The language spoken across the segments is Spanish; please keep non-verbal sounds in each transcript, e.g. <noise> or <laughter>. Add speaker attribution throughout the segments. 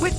Speaker 1: With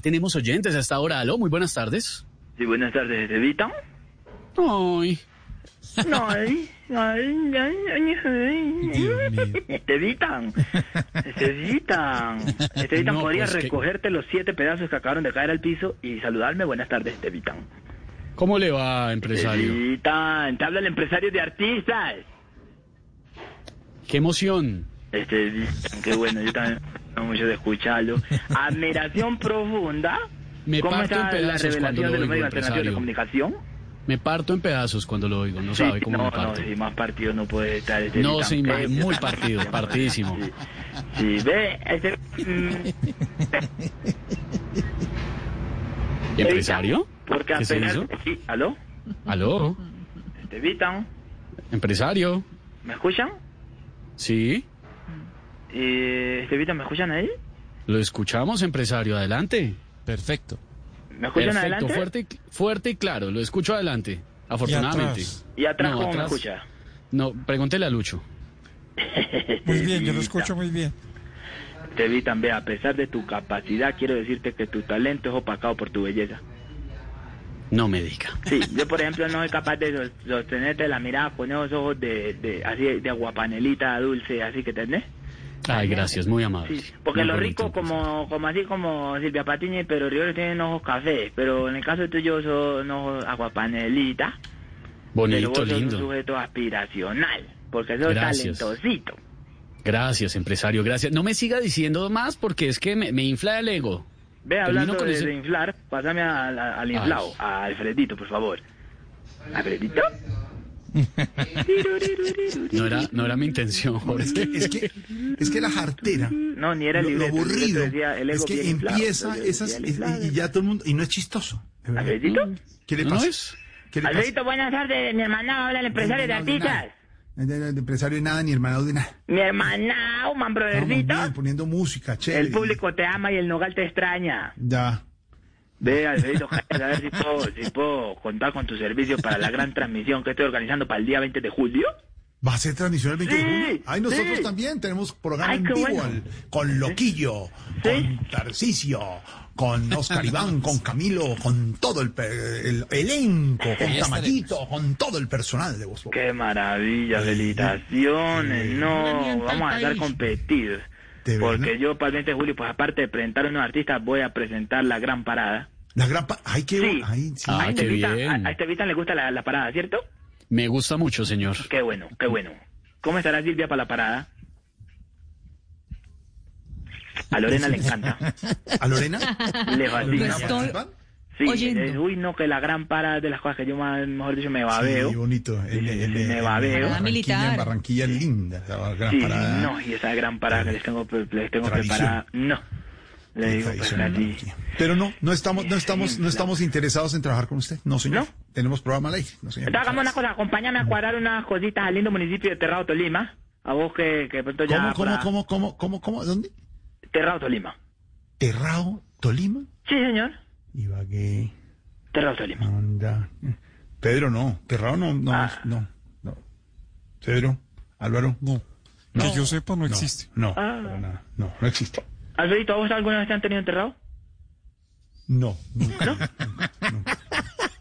Speaker 2: Tenemos oyentes hasta ahora. Aló, muy buenas tardes.
Speaker 3: Sí, buenas tardes, Evita.
Speaker 2: Ay,
Speaker 3: Ay, ay, ay, ay, ay.
Speaker 4: Dios mío.
Speaker 3: Estevitan, Estevitan, Estevitan,
Speaker 2: No,
Speaker 3: podría
Speaker 2: pues, ¿qué?
Speaker 3: recogerte los siete pedazos que acabaron de caer al piso y saludarme. Buenas tardes, Estevitan.
Speaker 2: ¿cómo le va, empresario?
Speaker 3: Estevitan, te habla el empresario de artistas.
Speaker 2: Qué emoción.
Speaker 3: Estevitan, Este, qué bueno, yo también me mucho de escucharlo. Admiración profunda.
Speaker 2: Me
Speaker 3: ¿Cómo
Speaker 2: parto en
Speaker 3: está la
Speaker 2: pedazos cuando
Speaker 3: revelación
Speaker 2: lo
Speaker 3: de los
Speaker 2: oigo,
Speaker 3: medios alternativos de
Speaker 2: empresario.
Speaker 3: comunicación?
Speaker 2: Me parto en pedazos cuando lo oigo. No sabe cómo
Speaker 3: no,
Speaker 2: me
Speaker 3: no,
Speaker 2: parto.
Speaker 3: sí, más partido no puede estar. Este
Speaker 2: No,
Speaker 3: Vitan.
Speaker 2: sí, ma-
Speaker 3: Eh,
Speaker 2: muy
Speaker 3: sí,
Speaker 2: partido,
Speaker 3: sí,
Speaker 2: partidísimo.
Speaker 3: Sí, sí, ve, este, mm,
Speaker 2: ¿Empresario?
Speaker 3: Porque
Speaker 2: <laughs> ¿Qué se
Speaker 3: apenas...
Speaker 2: hizo?
Speaker 3: Sí, ¿aló?
Speaker 2: Aló,
Speaker 3: ¿Te evitan?
Speaker 2: empresario.
Speaker 3: ¿Me escuchan?
Speaker 2: Sí,
Speaker 3: Eh, ¿Te evitan? ¿Me escuchan ahí?
Speaker 2: lo escuchamos, empresario. Adelante.
Speaker 4: Perfecto.
Speaker 3: ¿Me escuchan
Speaker 2: Perfecto,
Speaker 3: Pues adelante?
Speaker 2: Fuerte, y cl- fuerte y claro. Lo escucho adelante. Afortunadamente.
Speaker 4: atrás.
Speaker 3: ¿Y atrás
Speaker 2: No,
Speaker 3: cómo me
Speaker 2: atrás.
Speaker 3: escucha?
Speaker 2: No, pregúntele a Lucho.
Speaker 4: Muy bien, yo lo escucho muy bien.
Speaker 3: Te evitan, Este, ve, a pesar de tu capacidad, quiero decirte que tu talento es opacado por tu belleza.
Speaker 2: No me diga.
Speaker 3: Sí, yo por ejemplo no soy capaz de sos- sostenerte la mirada con esos ojos de, de así de aguapanelita dulce, así que tenés.
Speaker 2: Ay, gracias, muy amable.
Speaker 3: Sí, porque
Speaker 2: Muy
Speaker 3: los
Speaker 2: bonito,
Speaker 3: ricos como como así como Silvia Patiño y Pedro Rivero tienen ojos café, pero en el caso tuyo son ojos aguapanelita. Pero
Speaker 2: Bonito,
Speaker 3: vos sos un
Speaker 2: lindo.
Speaker 3: sujeto aspiracional, porque sos
Speaker 2: Gracias.
Speaker 3: talentosito.
Speaker 2: Gracias, empresario, gracias. No me siga diciendo más porque es que me, me infla el ego.
Speaker 3: Ve
Speaker 2: Termino
Speaker 3: hablando
Speaker 2: con
Speaker 3: de,
Speaker 2: ese-
Speaker 3: de inflar, pásame a- a- al inflado, a Alfredito, por favor. ¿Alfredito?
Speaker 2: No era, no era mi intención, <laughs> Jorge.
Speaker 5: Es que, es que la jartera,
Speaker 3: No, ni era
Speaker 5: lo,
Speaker 3: el
Speaker 5: lo
Speaker 3: libreto, el libreto
Speaker 5: aburrido,
Speaker 3: decía el ego
Speaker 5: es que
Speaker 3: bien inflado.
Speaker 5: empieza
Speaker 3: Entonces decía
Speaker 5: esas
Speaker 3: el
Speaker 5: y,
Speaker 3: inflado.
Speaker 5: y ya todo el mundo, y no es chistoso. de verdad.
Speaker 3: ¿Alfredito?
Speaker 5: ¿Qué le
Speaker 2: ¿No
Speaker 5: pasa?
Speaker 2: es?
Speaker 5: ¿Qué le pasa?
Speaker 3: Alfredito, buenas tardes, mi hermana habla el empresario de
Speaker 5: No, no,
Speaker 3: artistas.
Speaker 5: nada. No, no, de Empresario de nada, ni hermano de nada.
Speaker 3: Mi hermana, man
Speaker 5: No, muy
Speaker 3: brothercito.
Speaker 5: bien, poniendo música, chévere.
Speaker 3: El público te ama y el nogal te extraña.
Speaker 5: Ya.
Speaker 3: Ve, Alfredito, a ver si puedo, si puedo contar con tu servicio para la gran transmisión que estoy organizando para el día 20 de julio.
Speaker 5: ¿Va a ser transmisión el 20 de
Speaker 3: Sí,
Speaker 5: julio? Ay, nosotros
Speaker 3: sí.
Speaker 5: también tenemos programa
Speaker 3: Ay,
Speaker 5: en
Speaker 3: qué
Speaker 5: vivo
Speaker 3: bueno.
Speaker 5: al- con Loquillo, con Tarcicio, con
Speaker 2: <laughs>
Speaker 5: Oscar Iván, con Camilo, con todo el, pe- el elenco, con Tamayito, con todo el personal de Voz Populi.
Speaker 3: Qué maravilla, felicitaciones. No, vamos a estar competidos.
Speaker 5: De verdad.
Speaker 3: Porque yo para el 20 de julio, pues aparte de presentar a unos artistas, voy a presentar la gran parada.
Speaker 5: La gran pa- Ay, qué...
Speaker 3: Sí.
Speaker 5: Ay, sí.
Speaker 2: Ah,
Speaker 3: a
Speaker 2: qué
Speaker 3: Estevita-
Speaker 2: bien.
Speaker 3: A, a Estevita le gusta la, la parada, ¿cierto?
Speaker 2: Me gusta mucho, señor.
Speaker 3: Qué bueno, qué bueno. ¿Cómo estará Silvia para la parada? A Lorena le encanta. <laughs>
Speaker 5: ¿A Lorena?
Speaker 3: Le fascina.
Speaker 5: Pues
Speaker 6: Estoy-
Speaker 5: ¿Van?
Speaker 3: Sí,
Speaker 6: oyendo.
Speaker 3: eh, uy, no, que la gran parada es de las cosas que yo más, mejor dicho, me babeo.
Speaker 5: Sí, bonito. En,
Speaker 3: Sí, sí,
Speaker 5: en-
Speaker 3: sí,
Speaker 5: en-
Speaker 3: me babeo.
Speaker 5: en
Speaker 6: Parada
Speaker 5: Barranquilla,
Speaker 6: militar.
Speaker 5: en Barranquilla linda. La gran
Speaker 3: Sí,
Speaker 5: parada.
Speaker 3: no, y esa gran parada que les tengo, pre- les tengo
Speaker 5: Tradición.
Speaker 3: preparada, no. Le
Speaker 5: Qué
Speaker 3: digo, pues,
Speaker 5: tradición en
Speaker 3: a ti.
Speaker 5: Barranquilla. Pero no, no estamos, no estamos, no estamos interesados en trabajar con usted. No, señor.
Speaker 3: ¿No?
Speaker 5: Tenemos programa ley. No, señor.
Speaker 3: Entonces hagamos una cosa, acompáñame a cuadrar unas cositas al lindo municipio de Terrado, Tolima. A vos que, que pronto ya...
Speaker 5: ¿Cómo, cómo,
Speaker 3: para-
Speaker 5: cómo, cómo, cómo, cómo? ¿Dónde?
Speaker 3: Terrado, Tolima.
Speaker 5: Terrao, Tolima,
Speaker 3: Sí, señor.
Speaker 5: Ibagué,
Speaker 3: Terrado, Tolima.
Speaker 5: Anda. Pedro, no. Terrao, no, no,
Speaker 3: Ah.
Speaker 5: no, no. Pedro, Álvaro, no.
Speaker 4: Que yo sepa, no existe.
Speaker 5: No,
Speaker 3: Ah.
Speaker 5: para nada. no, no existe.
Speaker 3: Alfredito, ¿a ¿vos alguna vez te han tenido enterrado?
Speaker 5: No, nunca. nunca, nunca.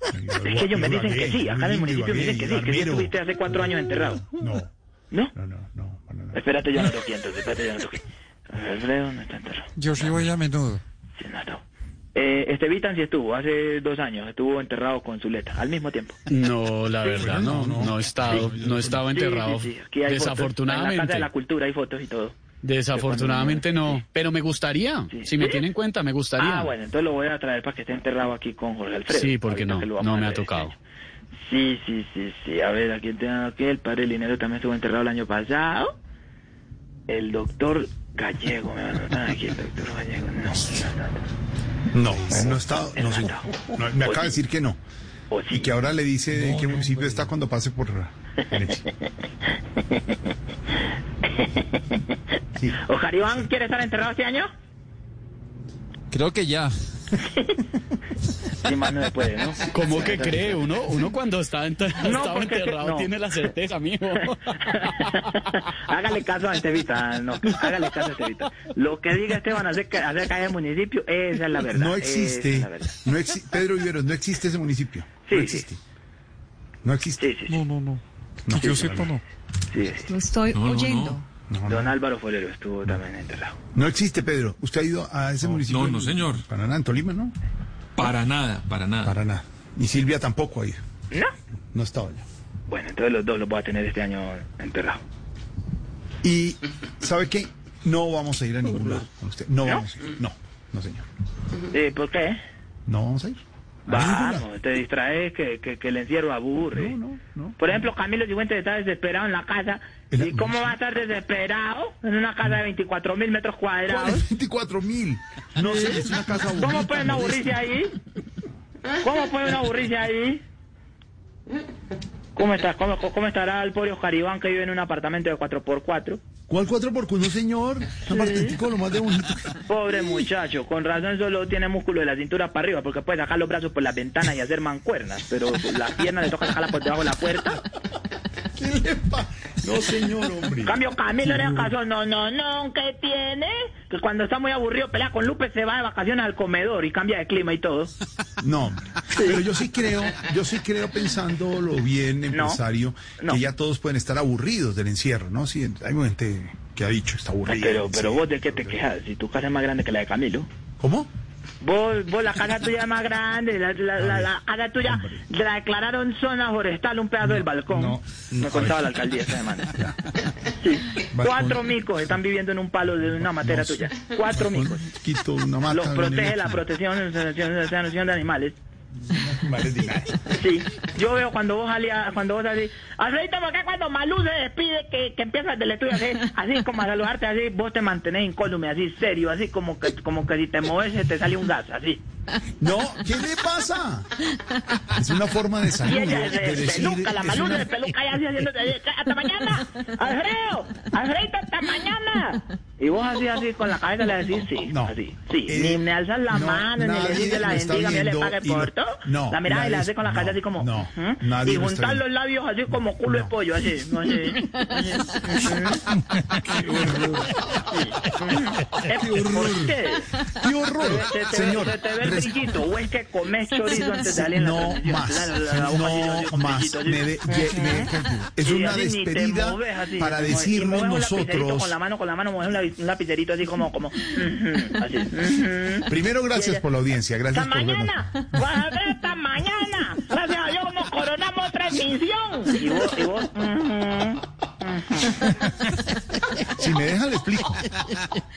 Speaker 3: Es que ellos me dicen que sí, acá en el municipio me dicen que sí, que sí
Speaker 5: Ibagué,
Speaker 3: estuviste hace cuatro años enterrado.
Speaker 5: No,
Speaker 3: ¿No?
Speaker 5: no, no, no. para nada.
Speaker 3: Espérate, yo no toqué entonces, espérate, yo no toqué. Alfredo no está enterrado.
Speaker 4: Yo sí voy a menudo.
Speaker 3: Sí, no está. Eh, Estevitan sí estuvo, hace dos años, estuvo enterrado con Zuleta, al mismo tiempo.
Speaker 2: No, la verdad, no, no he estado, no estaba enterrado.
Speaker 3: Sí, sí, sí, aquí hay fotos. En la Casa de
Speaker 2: Desafortunadamente,
Speaker 3: la Cultura hay fotos y todo.
Speaker 2: desafortunadamente no. Pero me gustaría,
Speaker 3: Sí.
Speaker 2: si me tiene en cuenta, me gustaría.
Speaker 3: Ah, bueno, entonces lo voy a traer para que esté enterrado aquí con Jorge Alfredo.
Speaker 2: Sí, porque
Speaker 3: Ahorita
Speaker 2: no,
Speaker 3: que lo vamos
Speaker 2: no
Speaker 3: a
Speaker 2: me ha
Speaker 3: traer.
Speaker 2: tocado.
Speaker 3: Sí, sí, sí, sí. A ver, aquí tengo aquí. El padre Linero también estuvo enterrado el año pasado. El doctor Gallego, me van a anotar aquí el doctor Gallego. No, no, no, no.
Speaker 5: No, Eh, no está. No, señor. No, me acaba de decir que no.
Speaker 3: ¿O Pues sí?
Speaker 5: Y que ahora le dice en qué municipio
Speaker 7: pues
Speaker 5: está cuando pase por. Pereche. Sí.
Speaker 3: ¿Oscar Iván quiere estar enterrado este año?
Speaker 4: Creo que ya.
Speaker 3: Ni más no se puede, <laughs> ¿no?
Speaker 2: ¿Cómo que cree? Uno, uno cuando está enter-
Speaker 3: No,
Speaker 2: estaba
Speaker 3: porque-
Speaker 2: enterrado
Speaker 3: no.
Speaker 2: tiene la certeza,
Speaker 3: <laughs>
Speaker 2: amigo.
Speaker 3: <laughs> hágale caso a Estevita, ah, no, hágale caso a Estevita. Lo que diga Esteban acerca, acerca del municipio, esa es <laughs> la verdad.
Speaker 5: No
Speaker 3: esa es
Speaker 5: existe.
Speaker 3: la verdad.
Speaker 5: No exi- Pedro Viveros, no existe ese municipio.
Speaker 3: Sí,
Speaker 5: no
Speaker 3: sí.
Speaker 5: existe. No existe.
Speaker 3: Sí, sí, sí,
Speaker 4: No, no, no. Que yo sepa, no.
Speaker 3: sí, sí.
Speaker 8: Lo estoy oyendo.
Speaker 3: Don Álvaro Forero estuvo también enterrado.
Speaker 5: No existe, Pedro. ¿Usted ha ido a ese municipio?
Speaker 7: no, no, señor.
Speaker 5: Paraná, en Tolima, ¿no?
Speaker 7: Para nada, para nada.
Speaker 5: Paraná. Y Silvia tampoco ha ido.
Speaker 3: ¿No?
Speaker 5: No estaba allá.
Speaker 3: Bueno, entonces los dos los voy a tener este año enterrados.
Speaker 5: Y, ¿sabe qué? No vamos a ir a ningún lado con usted. No vamos a ir. No, no, señor.
Speaker 3: Eh, ¿Por qué?
Speaker 5: No vamos a ir. A ningún lado.
Speaker 3: Vamos, te distraes que, que, que el encierro aburre.
Speaker 5: Ah, No, no, no.
Speaker 3: Por ejemplo, Camilo Cifuentes está desesperado en la casa.
Speaker 5: En la-
Speaker 3: ¿Y cómo va a estar desesperado en una casa de 24 mil metros cuadrados?
Speaker 5: 24 mil. No sé, es una casa
Speaker 3: ¿Cómo
Speaker 5: bonita,
Speaker 3: pueden aburrirse
Speaker 5: modesta.
Speaker 3: ahí? ¿Cómo pueden aburrirse ahí? ¿Cómo, está, cómo, cómo estará el pobre Oscar Iván que vive en un apartamento de 4x4?
Speaker 5: ¿Cuál 4 por 1 señor? Un apartamentico lo más de bonito.
Speaker 3: Pobre muchacho, con razón solo tiene músculo de la cintura para arriba, porque puede sacar los brazos por las ventanas y hacer mancuernas, pero las piernas le toca sacarlas por debajo de la puerta.
Speaker 5: ¿Qué le pasa? No, señor, hombre.
Speaker 3: cambio, Camilo en el caso, no, no, no, ¿qué tiene? Que cuando está muy aburrido, pelea con Lupe, se va de vacaciones al comedor y cambia de clima y todo.
Speaker 5: No, hombre. pero yo sí creo, yo sí creo pensándolo bien, empresario,
Speaker 3: no.
Speaker 5: que ya todos pueden estar aburridos del encierro, ¿no? Sí, hay gente que ha dicho está aburrida.
Speaker 3: Pero, pero
Speaker 5: Sí.
Speaker 3: vos de qué te quejas, si tu casa es más grande que la de Camilo.
Speaker 5: ¿Cómo?
Speaker 3: Vos, vos la casa tuya es más grande, la, la, la, la casa tuya la declararon zona forestal, un pedazo del balcón.
Speaker 5: no,
Speaker 3: Me
Speaker 5: no.
Speaker 3: contaba la alcaldía esta
Speaker 5: <laughs>
Speaker 3: semana. Sí.
Speaker 5: Balcón.
Speaker 3: Cuatro micos están viviendo en un palo de una matera tuya. Cuatro
Speaker 5: Pues,
Speaker 3: micos.
Speaker 5: Quito una mata.
Speaker 3: Los
Speaker 5: un
Speaker 3: protege la
Speaker 5: elemento.
Speaker 3: protección, la de animales.
Speaker 5: Vale, de nada.
Speaker 3: Sí, yo veo cuando vos salías, cuando vos salís, Alfredito, porque cuando Malú se despide, que, que empiezas del estudio así, así como a saludarte, así, vos te mantenés incólume, así serio, así como que, como que si te mueves se te sale un gas, así.
Speaker 5: No, ¿qué le pasa? Es una forma de
Speaker 3: Y
Speaker 5: salir.
Speaker 3: ella se
Speaker 5: de decir,
Speaker 3: despeluca, la
Speaker 5: es
Speaker 3: Malú se
Speaker 5: una-
Speaker 3: despeluca y así haciéndote así,
Speaker 5: <laughs>
Speaker 3: hasta mañana, Alfredo, Alfredito, hasta mañana. Y vos así, así, con la cabeza le decís sí,
Speaker 5: No.
Speaker 3: así, sí,
Speaker 5: Eh,
Speaker 3: ni me alzas la
Speaker 5: no,
Speaker 3: mano, ni le
Speaker 5: nadie
Speaker 3: dices la
Speaker 5: me está
Speaker 3: bendiga, ni le
Speaker 5: viendo
Speaker 3: pague
Speaker 5: y no-
Speaker 3: por todo.
Speaker 5: no,
Speaker 3: la mirada y la
Speaker 5: nadie-
Speaker 3: hace con la
Speaker 5: no,
Speaker 3: cabeza así como,
Speaker 5: no,
Speaker 3: ¿Mm?
Speaker 5: nadie
Speaker 3: y
Speaker 5: me está
Speaker 3: juntar
Speaker 5: viendo.
Speaker 3: los labios así como culo
Speaker 5: No.
Speaker 3: de pollo,
Speaker 5: <laughs>
Speaker 3: así, no así, así. <laughs> Es ¿Eh? por ustedes.
Speaker 5: ¡Qué horror!
Speaker 3: Se te,
Speaker 5: Señor,
Speaker 3: se te ve el
Speaker 5: res-
Speaker 3: brillito, o es que comes chorizo antes de salir en la
Speaker 5: no
Speaker 3: transmisión.
Speaker 5: más,
Speaker 3: Claro, la- la boca así, así,
Speaker 5: no
Speaker 3: un
Speaker 5: más.
Speaker 3: brillito, así.
Speaker 5: Me de- ye- me de- es
Speaker 3: Sí,
Speaker 5: una
Speaker 3: así ni te
Speaker 5: despedida
Speaker 3: mueves, así,
Speaker 5: para
Speaker 3: te mueves. Y
Speaker 5: decirnos
Speaker 3: mueves un lapicerito
Speaker 5: nosotros.
Speaker 3: Con la mano, con la mano, mueves un lapi- un lapicerito así como, como, ujú, así. ujú.
Speaker 5: Primero, gracias por la audiencia.
Speaker 3: Hasta
Speaker 5: Gracias por vernos.
Speaker 3: mañana, Guajatra, hasta mañana. Gracias a Dios, como coronamos transmisión. Y vos, y vos, mm, ujú.
Speaker 5: Si me deja, le explico.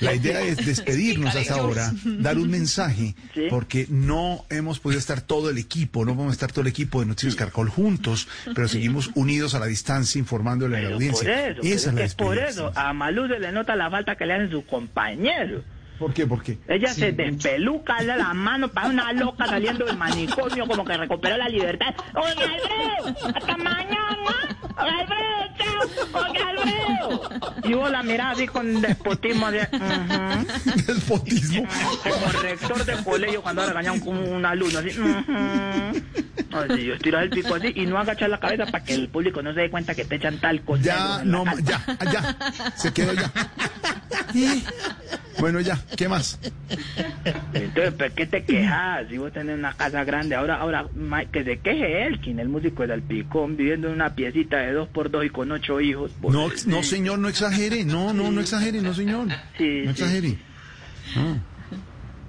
Speaker 5: La idea es despedirnos hasta ahora, dar un mensaje,
Speaker 3: Sí.
Speaker 5: porque no hemos podido estar todo el equipo, no vamos a estar todo el equipo de Noticias Caracol juntos, pero seguimos unidos a la distancia informándole a la
Speaker 3: Pero
Speaker 5: audiencia.
Speaker 3: Por eso,
Speaker 5: Esa es
Speaker 3: pero
Speaker 5: la
Speaker 3: es que por
Speaker 5: despedida.
Speaker 3: eso a Malú se le nota la falta que le hacen sus compañeros.
Speaker 5: ¿Por qué? ¿Por qué? <laughs>
Speaker 3: Ella se despeluca, alza la mano para una loca saliendo del manicomio como que recuperó la libertad. Oye, Alfredo, hasta mañana. Oye, Alfredo, chao. Oye, Alfredo. Y vos la mirás así con despotismo de... ujú,
Speaker 5: Despotismo.
Speaker 3: Como rector de colegio cuando regaña un, un alumno así... ujú. Así, yo estirar el pico así y no agachar la cabeza para que el público no se dé cuenta que te echan tal cosa.
Speaker 5: Ya, no, ma- ya, ya. Se quedó ya. Y, Bueno, ya, ¿qué más?
Speaker 3: Entonces, ¿por qué te quejas? Si vos tenés una casa grande, ahora, ahora, ma- que se queje Elkin, el músico del Alpicón, viviendo en una piecita de dos por dos y con ocho hijos. Por-
Speaker 5: No, ex- no, señor, no exagere. No, no, no exagere, no, señor.
Speaker 3: Sí,
Speaker 5: No
Speaker 3: sí.
Speaker 5: exagere.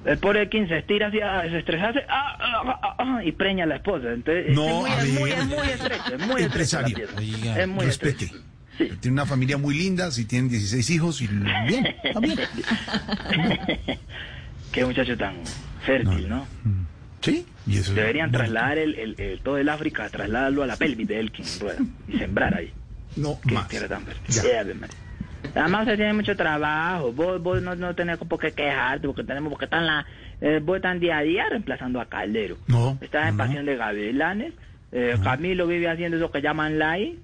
Speaker 3: El pobre Elkin se estira así a estresarse ah, ah, ah, ah, y preña a la esposa. Entonces, es
Speaker 5: No,
Speaker 3: muy-
Speaker 5: a
Speaker 3: es, muy,
Speaker 5: ver.
Speaker 3: es muy estrecho, es muy estrecho. la
Speaker 5: Empresario.
Speaker 3: pieza.
Speaker 4: Oiga,
Speaker 3: Es muy
Speaker 5: respete.
Speaker 3: estrecho.
Speaker 5: Tiene una familia muy linda, si tienen 16 hijos y bien, está bien.
Speaker 3: Qué muchacho tan fértil, ¿no?
Speaker 5: Sí, y eso es
Speaker 3: Deberían
Speaker 5: bueno.
Speaker 3: trasladar el, el- el- todo el África, trasladarlo a la pelvis de Elkin Rueda y sembrar ahí.
Speaker 5: No,
Speaker 3: Qué
Speaker 5: más.
Speaker 3: tierra tan verde.
Speaker 5: Ya.
Speaker 3: Sí, Ave María. Además, usted tiene mucho trabajo. Vos, vos no, no tenés por qué quejarte, porque tenemos, porque están la, eh, votan día a día reemplazando a Caldero.
Speaker 5: No,
Speaker 3: Está en
Speaker 5: no.
Speaker 3: Pasión de Gavilanes. eh, Camilo vive haciendo eso que llaman live.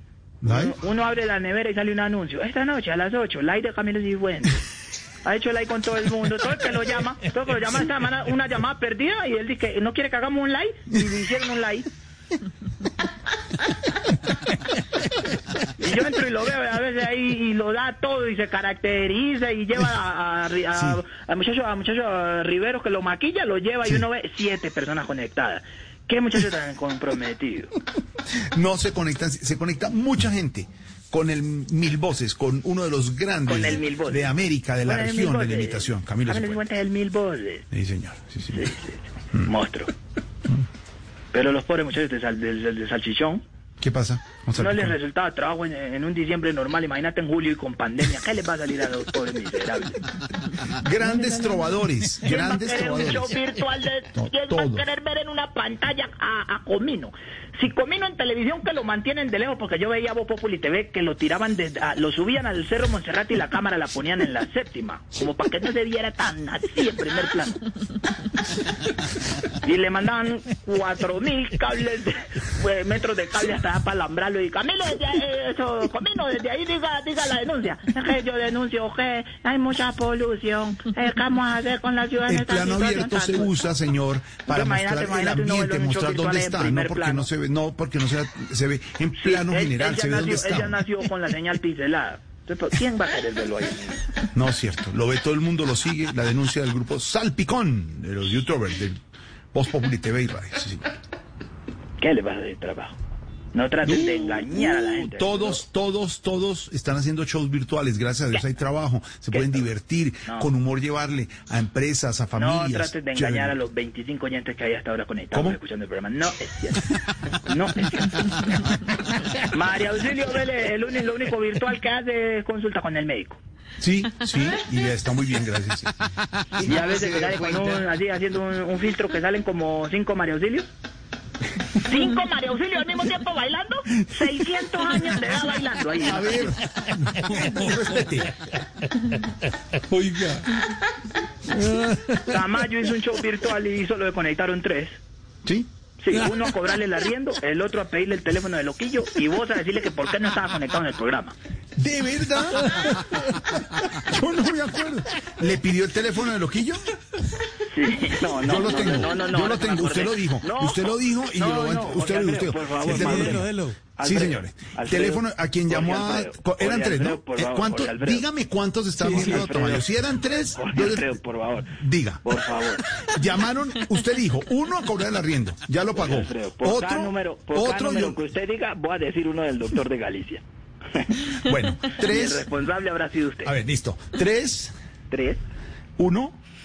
Speaker 5: ¿Lai?
Speaker 3: Uno, uno abre la nevera y sale un anuncio. Esta noche a las 8, live de Camilo Cifuentes. Ha hecho live con todo el mundo. Todo el que lo llama, todo el que lo llama esta semana, una llamada perdida y él dice que no quiere que hagamos un live y le hicieron un live. Y yo entro y lo veo a veces ahí y lo da todo y se caracteriza y lleva a, a, a- a muchachos a muchachos a Riveros que lo maquilla, lo lleva y uno ve siete personas conectadas. ¿Qué muchacho tan comprometido?
Speaker 5: No se conectan, se conecta mucha gente con el Mil Voces, con uno de los grandes
Speaker 3: Con el Mil Voces.
Speaker 5: de América, de la
Speaker 3: Bueno, el Mil
Speaker 5: región de la
Speaker 3: Voces.
Speaker 5: imitación, Camilo
Speaker 3: Camilo Cifuentes
Speaker 5: Cifuentes. Mm.
Speaker 3: es el mil voces.
Speaker 5: Sí, señor. Sí, sí.
Speaker 3: Monstruo. Pero los pobres muchachos de, sal- del- del- del salchichón
Speaker 5: ¿Qué pasa?
Speaker 3: no
Speaker 5: Gonzalo?
Speaker 3: les resultaba trabajo en, en un diciembre normal. Imagínate en julio y con pandemia. ¿Qué les va a salir a los pobres miserables?
Speaker 5: Grandes trovadores,
Speaker 3: ¿Quién va a
Speaker 5: <laughs> grandes
Speaker 3: querer un show
Speaker 5: trovadores.
Speaker 3: virtual? De,
Speaker 5: No,
Speaker 3: ¿Quién va
Speaker 5: todo.
Speaker 3: a querer ver en una pantalla a, a Comino? Si Comino en televisión que lo mantienen de lejos, porque yo veía Voz Populi TV que lo tiraban, desde, a- lo subían al Cerro Monserrate y la cámara la ponían en la séptima, como para que no se viera tan así en primer plano. Y le mandaban cuatro mil cables, de- pues, metros de cable hasta para alambrarlo. Y Camilo, desde ahí, eso, Comino, desde ahí diga, diga la denuncia. Es que yo denuncio que hay mucha polución. Eh, ¿Qué vamos a hacer con la ciudad en
Speaker 5: El
Speaker 3: esta
Speaker 5: plano
Speaker 3: situación
Speaker 5: abierto
Speaker 3: tan
Speaker 5: se
Speaker 3: dura?
Speaker 5: usa, señor, para
Speaker 3: imagínate,
Speaker 5: mostrar el
Speaker 3: imagínate un
Speaker 5: ambiente,
Speaker 3: novelo, un
Speaker 5: mostrar
Speaker 3: show
Speaker 5: dónde
Speaker 3: virtual en
Speaker 5: está, no
Speaker 3: primer
Speaker 5: porque
Speaker 3: plano.
Speaker 5: no se ve, no porque no se, se ve en
Speaker 3: Sí,
Speaker 5: plano
Speaker 3: él-
Speaker 5: general,
Speaker 3: ella
Speaker 5: se ve
Speaker 3: nació,
Speaker 5: dónde
Speaker 3: Ella
Speaker 5: está.
Speaker 3: nació con la señal pincelada. Entonces, ¿por- ¿Quién va a querer verlo ahí?
Speaker 5: No es cierto, lo ve todo el mundo, lo sigue, la denuncia del grupo Salpicón, de los youtubers, del Voz Populi TV y Radio. sí, señor.
Speaker 3: ¿Qué le va a hacer trabajo? No traten de engañar a la gente.
Speaker 5: Uh, Todos, todos, todos están haciendo shows virtuales, gracias a Dios hay trabajo, se pueden divertir,
Speaker 3: No.
Speaker 5: con humor llevarle a empresas, a
Speaker 3: No
Speaker 5: familias.
Speaker 3: traten de
Speaker 5: Chévere.
Speaker 3: engañar a los 25 oyentes que hay hasta ahora conectados
Speaker 5: ¿Cómo?
Speaker 3: escuchando el programa. No es cierto. No es cierto. <laughs> María Auxilio Vélez, el único, lo único virtual que hace es consulta con el médico.
Speaker 5: Sí, sí, y está muy bien, gracias. sí.
Speaker 3: Y a veces que sale con un, así, haciendo un, un filtro que salen como cinco María Auxilio. ¿Cinco María Auxilio al mismo tiempo bailando? 600 años de edad bailando ahí.
Speaker 5: A ver, respete.
Speaker 4: Oiga.
Speaker 3: Tamayo hizo un show virtual y solo le conectaron tres.
Speaker 5: ¿Sí?
Speaker 3: Sí, uno a cobrarle el arriendo, el otro a pedirle el teléfono de loquillo y vos a decirle que por qué no estaba conectado en el programa.
Speaker 5: ¿De verdad? <laughs> Yo no me acuerdo. ¿Le pidió el teléfono de Loquillo?
Speaker 3: Sí, <laughs> no, no,
Speaker 5: yo lo
Speaker 3: no,
Speaker 5: tengo.
Speaker 3: no, no, no,
Speaker 5: yo
Speaker 3: no
Speaker 5: lo
Speaker 3: me
Speaker 5: tengo. Usted
Speaker 3: acordé.
Speaker 5: lo dijo.
Speaker 3: No,
Speaker 5: usted lo dijo y
Speaker 3: no,
Speaker 5: yo lo
Speaker 3: no,
Speaker 5: usted
Speaker 3: Jorge
Speaker 5: lo dijo.
Speaker 3: Alfredo, por favor,
Speaker 5: el teléfono.
Speaker 3: Alfredo.
Speaker 5: Sí,
Speaker 3: Alfredo,
Speaker 5: señores. El
Speaker 3: Alfredo,
Speaker 5: teléfono a quien
Speaker 3: Jorge
Speaker 5: llamó a,
Speaker 3: Alfredo,
Speaker 5: co- eran
Speaker 3: Jorge
Speaker 5: tres,
Speaker 3: Alfredo,
Speaker 5: ¿no?
Speaker 3: por
Speaker 5: Eh,
Speaker 3: favor,
Speaker 5: ¿Cuánto,
Speaker 3: Jorge Alfredo.
Speaker 5: dígame cuántos estábamos
Speaker 3: Jorge
Speaker 5: hablando,
Speaker 3: Alfredo.
Speaker 5: Tamayo. Si eran tres,
Speaker 3: Jorge
Speaker 5: yo le-
Speaker 3: Alfredo, por favor.
Speaker 5: Diga.
Speaker 3: Por favor.
Speaker 5: Llamaron, usted dijo, uno a cobrar el arriendo, ya lo pagó.
Speaker 3: Alfredo, por cada
Speaker 5: Oh, Otro,
Speaker 3: número, por cada
Speaker 5: otro,
Speaker 3: número
Speaker 5: yo-
Speaker 3: que usted diga, voy a decir uno del doctor de Galicia. <laughs>
Speaker 5: bueno,
Speaker 3: Y el
Speaker 5: tres,
Speaker 3: responsable habrá sido usted.
Speaker 5: a ver, listo, tres,
Speaker 3: Tres,
Speaker 5: uno,